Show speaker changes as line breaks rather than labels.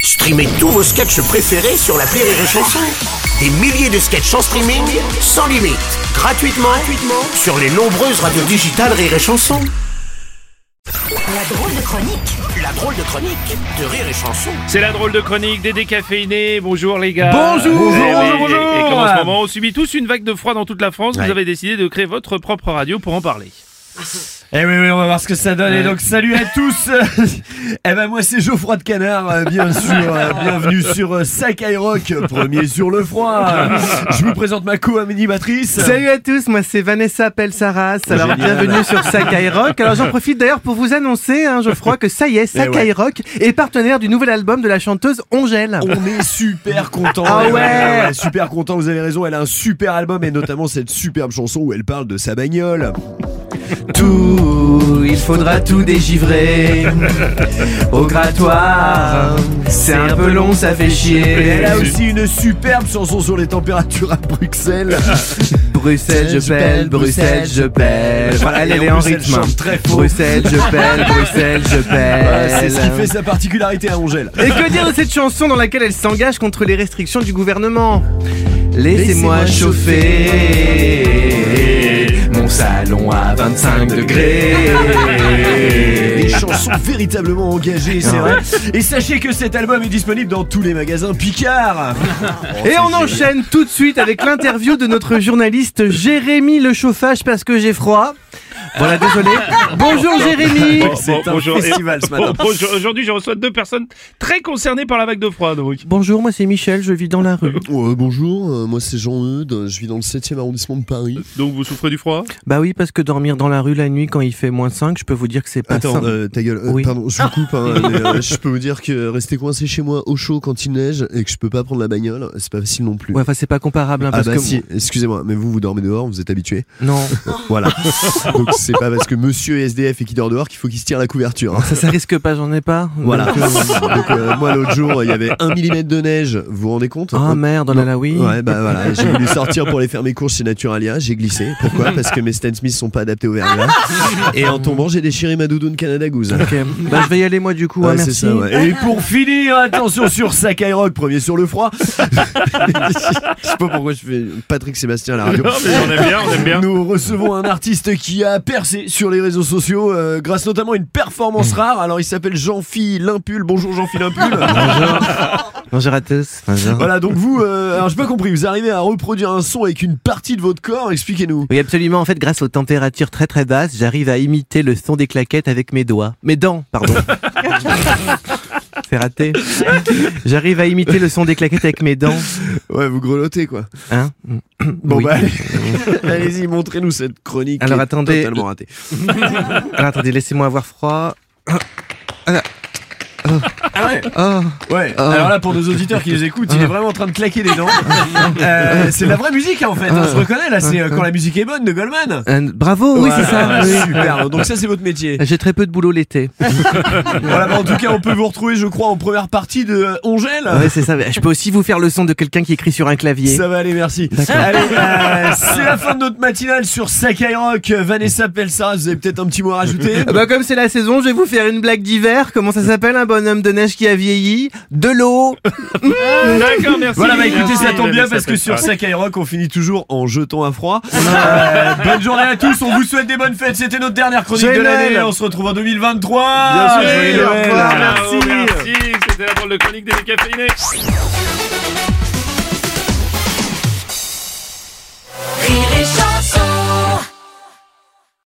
Streamez tous vos sketchs préférés sur la Rire et Chanson. Des milliers de sketchs en streaming, sans limite, gratuitement, gratuitement sur les nombreuses radios digitales Rire et Chanson.
La drôle de chronique.
La drôle de chronique de Rire et Chanson.
C'est la drôle de chronique des décaféinés. Bonjour les gars.
Bonjour,
Eh
bonjour,
oui,
bonjour,
Et, et
bonjour.
comme en ce moment on subit tous une vague de froid dans toute la France, vous avez décidé de créer votre propre radio pour en parler.
Eh oui, oui, on va voir ce que ça donne. Et donc, salut à tous. eh ben, moi, c'est Geoffroy de Canard, euh, bien sûr. euh, bienvenue sur euh, Sakai Rock, premier sur le froid. Euh, Je vous présente ma co-animatrice.
Salut à tous, moi c'est Vanessa Pelsaras. Alors
Génial.
bienvenue sur Sakai Rock. Alors j'en profite d'ailleurs pour vous annoncer, hein, Geoffroy, que ça y est, Sakai
ouais.
Rock est partenaire du nouvel album de la chanteuse Ongèle.
On est super content.
Ah ouais.
Super content, vous avez raison. Elle a un super album et notamment cette superbe chanson où elle parle de sa bagnole.
Tout, il faudra tout dégivrer au grattoir. C'est un peu long, ça fait
Elle
chier.
a aussi une superbe chanson sur les températures à Bruxelles.
Bruxelles, je pèle, Bruxelles, je pèle. Voilà, elle, elle
Et
est
en
en
plus, elle
rythme. hein.
chante très faux.
Bruxelles, je pèle, Bruxelles, je
Euh,
pèle.
C'est ce qui fait sa particularité à Angèle.
Et que dire de cette chanson dans laquelle elle s'engage contre les restrictions du gouvernement Laissez-moi chauffer mon salon à 25
Des
degrés.
chansons véritablement engagées, c'est vrai. Et sachez que cet album est disponible dans tous les magasins Picard.
Et on enchaîne tout de suite avec l'interview de notre journaliste Jérémy Le Chauffage parce que j'ai froid. Voilà, désolé. Bonjour Jérémy.
c'est un
et-
festival, ce matin.
bon, bonjour. Aujourd'hui, je reçois deux personnes très concernées par la vague de froid. Donc.
Bonjour, moi c'est Michel, je vis dans la rue.
Ouais, bonjour, euh, moi c'est Jean-Eudes, euh, je vis dans le 7 e arrondissement de Paris.
Euh,
Donc, vous souffrez du froid
Bah oui, parce que dormir dans la rue la nuit quand il fait moins 5, je peux vous dire que c'est pas
Attends,
simple.
euh, ta gueule, euh,
Oui.
pardon, je vous coupe, hein, mais, euh, je peux vous dire que rester coincé chez moi au chaud quand il neige et que je peux pas prendre la bagnole, c'est pas facile non plus.
Ouais, enfin c'est pas comparable hein,
Ah
parce
bah
que
si, excusez-moi, mais vous, vous dormez dehors, vous êtes habitué.
non.
Voilà. Donc c'est pas parce que monsieur est SDF et qu'il dort dehors qu'il faut qu'il se tire la couverture. hein.
Ça, ça risque pas, j'en ai pas.
Voilà.
Donc, euh,
Donc euh, moi l'autre jour, il y avait un millimètre de neige, vous vous rendez compte
Ah
Euh,
merde, oh là là, oui.
Ouais, bah voilà, j'ai voulu sortir pour aller faire mes courses chez Naturalia, j'ai glissé. Pourquoi Parce que mes Stan Smith sont pas adaptés au verglas. Et en tombant, j'ai déchiré ma doudoune Canada Goose.
Ok, bah je vais y aller moi du coup, hein,
Ouais,
merci.
c'est ça, ouais.
Et pour finir, attention sur Sakai Rock, premier sur le froid.
Je sais pas pourquoi je fais Patrick Sébastien à la radio.
Non, Ah, mais on aime bien, on aime bien.
Nous recevons un artiste qui a percé sur les réseaux sociaux euh, grâce notamment à une performance rare. Alors il s'appelle Jean-Phi Limpul. Bonjour Jean-Phi Limpul.
Bonjour à tous.
Hein
voilà, donc vous, euh, alors j'ai pas compris, vous arrivez à reproduire un son avec une partie de votre corps, expliquez-nous.
Oui, absolument. En fait, grâce aux températures très très basses, j'arrive à imiter le son des claquettes avec mes doigts. Mes dents, pardon. C'est raté. J'arrive à imiter le son des claquettes avec mes dents.
Ouais, vous grelottez quoi.
Hein
Bon
Oui.
bah allez- allez-y, montrez-nous cette chronique. qui
Alors,
est
attendez.
Totalement ratée.
Alors, Ah, attendez, laissez-moi avoir froid. Oh.
Ouais, alors là pour nos auditeurs qui les écoutent, il est vraiment en train de claquer des dents. Euh, c'est de la vraie musique hein, en fait, on se reconnaît là, c'est euh, quand la musique est bonne de Goldman.
Euh, bravo, oui, c'est ça.
Voilà,
oui.
Super, donc ça c'est votre métier.
J'ai très peu de boulot l'été.
Voilà, bah, en tout cas on peut vous retrouver je crois en première partie de euh, Ongel.
Ouais, c'est ça. Je peux aussi vous faire le son de quelqu'un qui écrit sur un clavier.
Ça va aller, merci.
D'accord.
Allez, euh, c'est la fin de notre matinale sur Sakai Rock. Vanessa Pelsaras, vous avez peut-être un petit mot à rajouter
Ah Bah comme c'est la saison, je vais vous faire une blague d'hiver. Comment ça s'appelle un bonhomme de neige qui a vieilli De l'eau.
D'accord, merci.
Voilà, bah écoutez,
Merci,
ça tombe bien
Vanessa
parce que sur
Pellerin.
Sakai Rock, on finit toujours en jetant à froid. Euh, bonne journée à tous, on vous souhaite des bonnes fêtes. C'était notre dernière chronique de
Génial.
l'année. On se retrouve en 2023.
Bien sûr,
Joyeux
au
Noël.
revoir. Merci. C'était la drôle de chronique des décaféinés.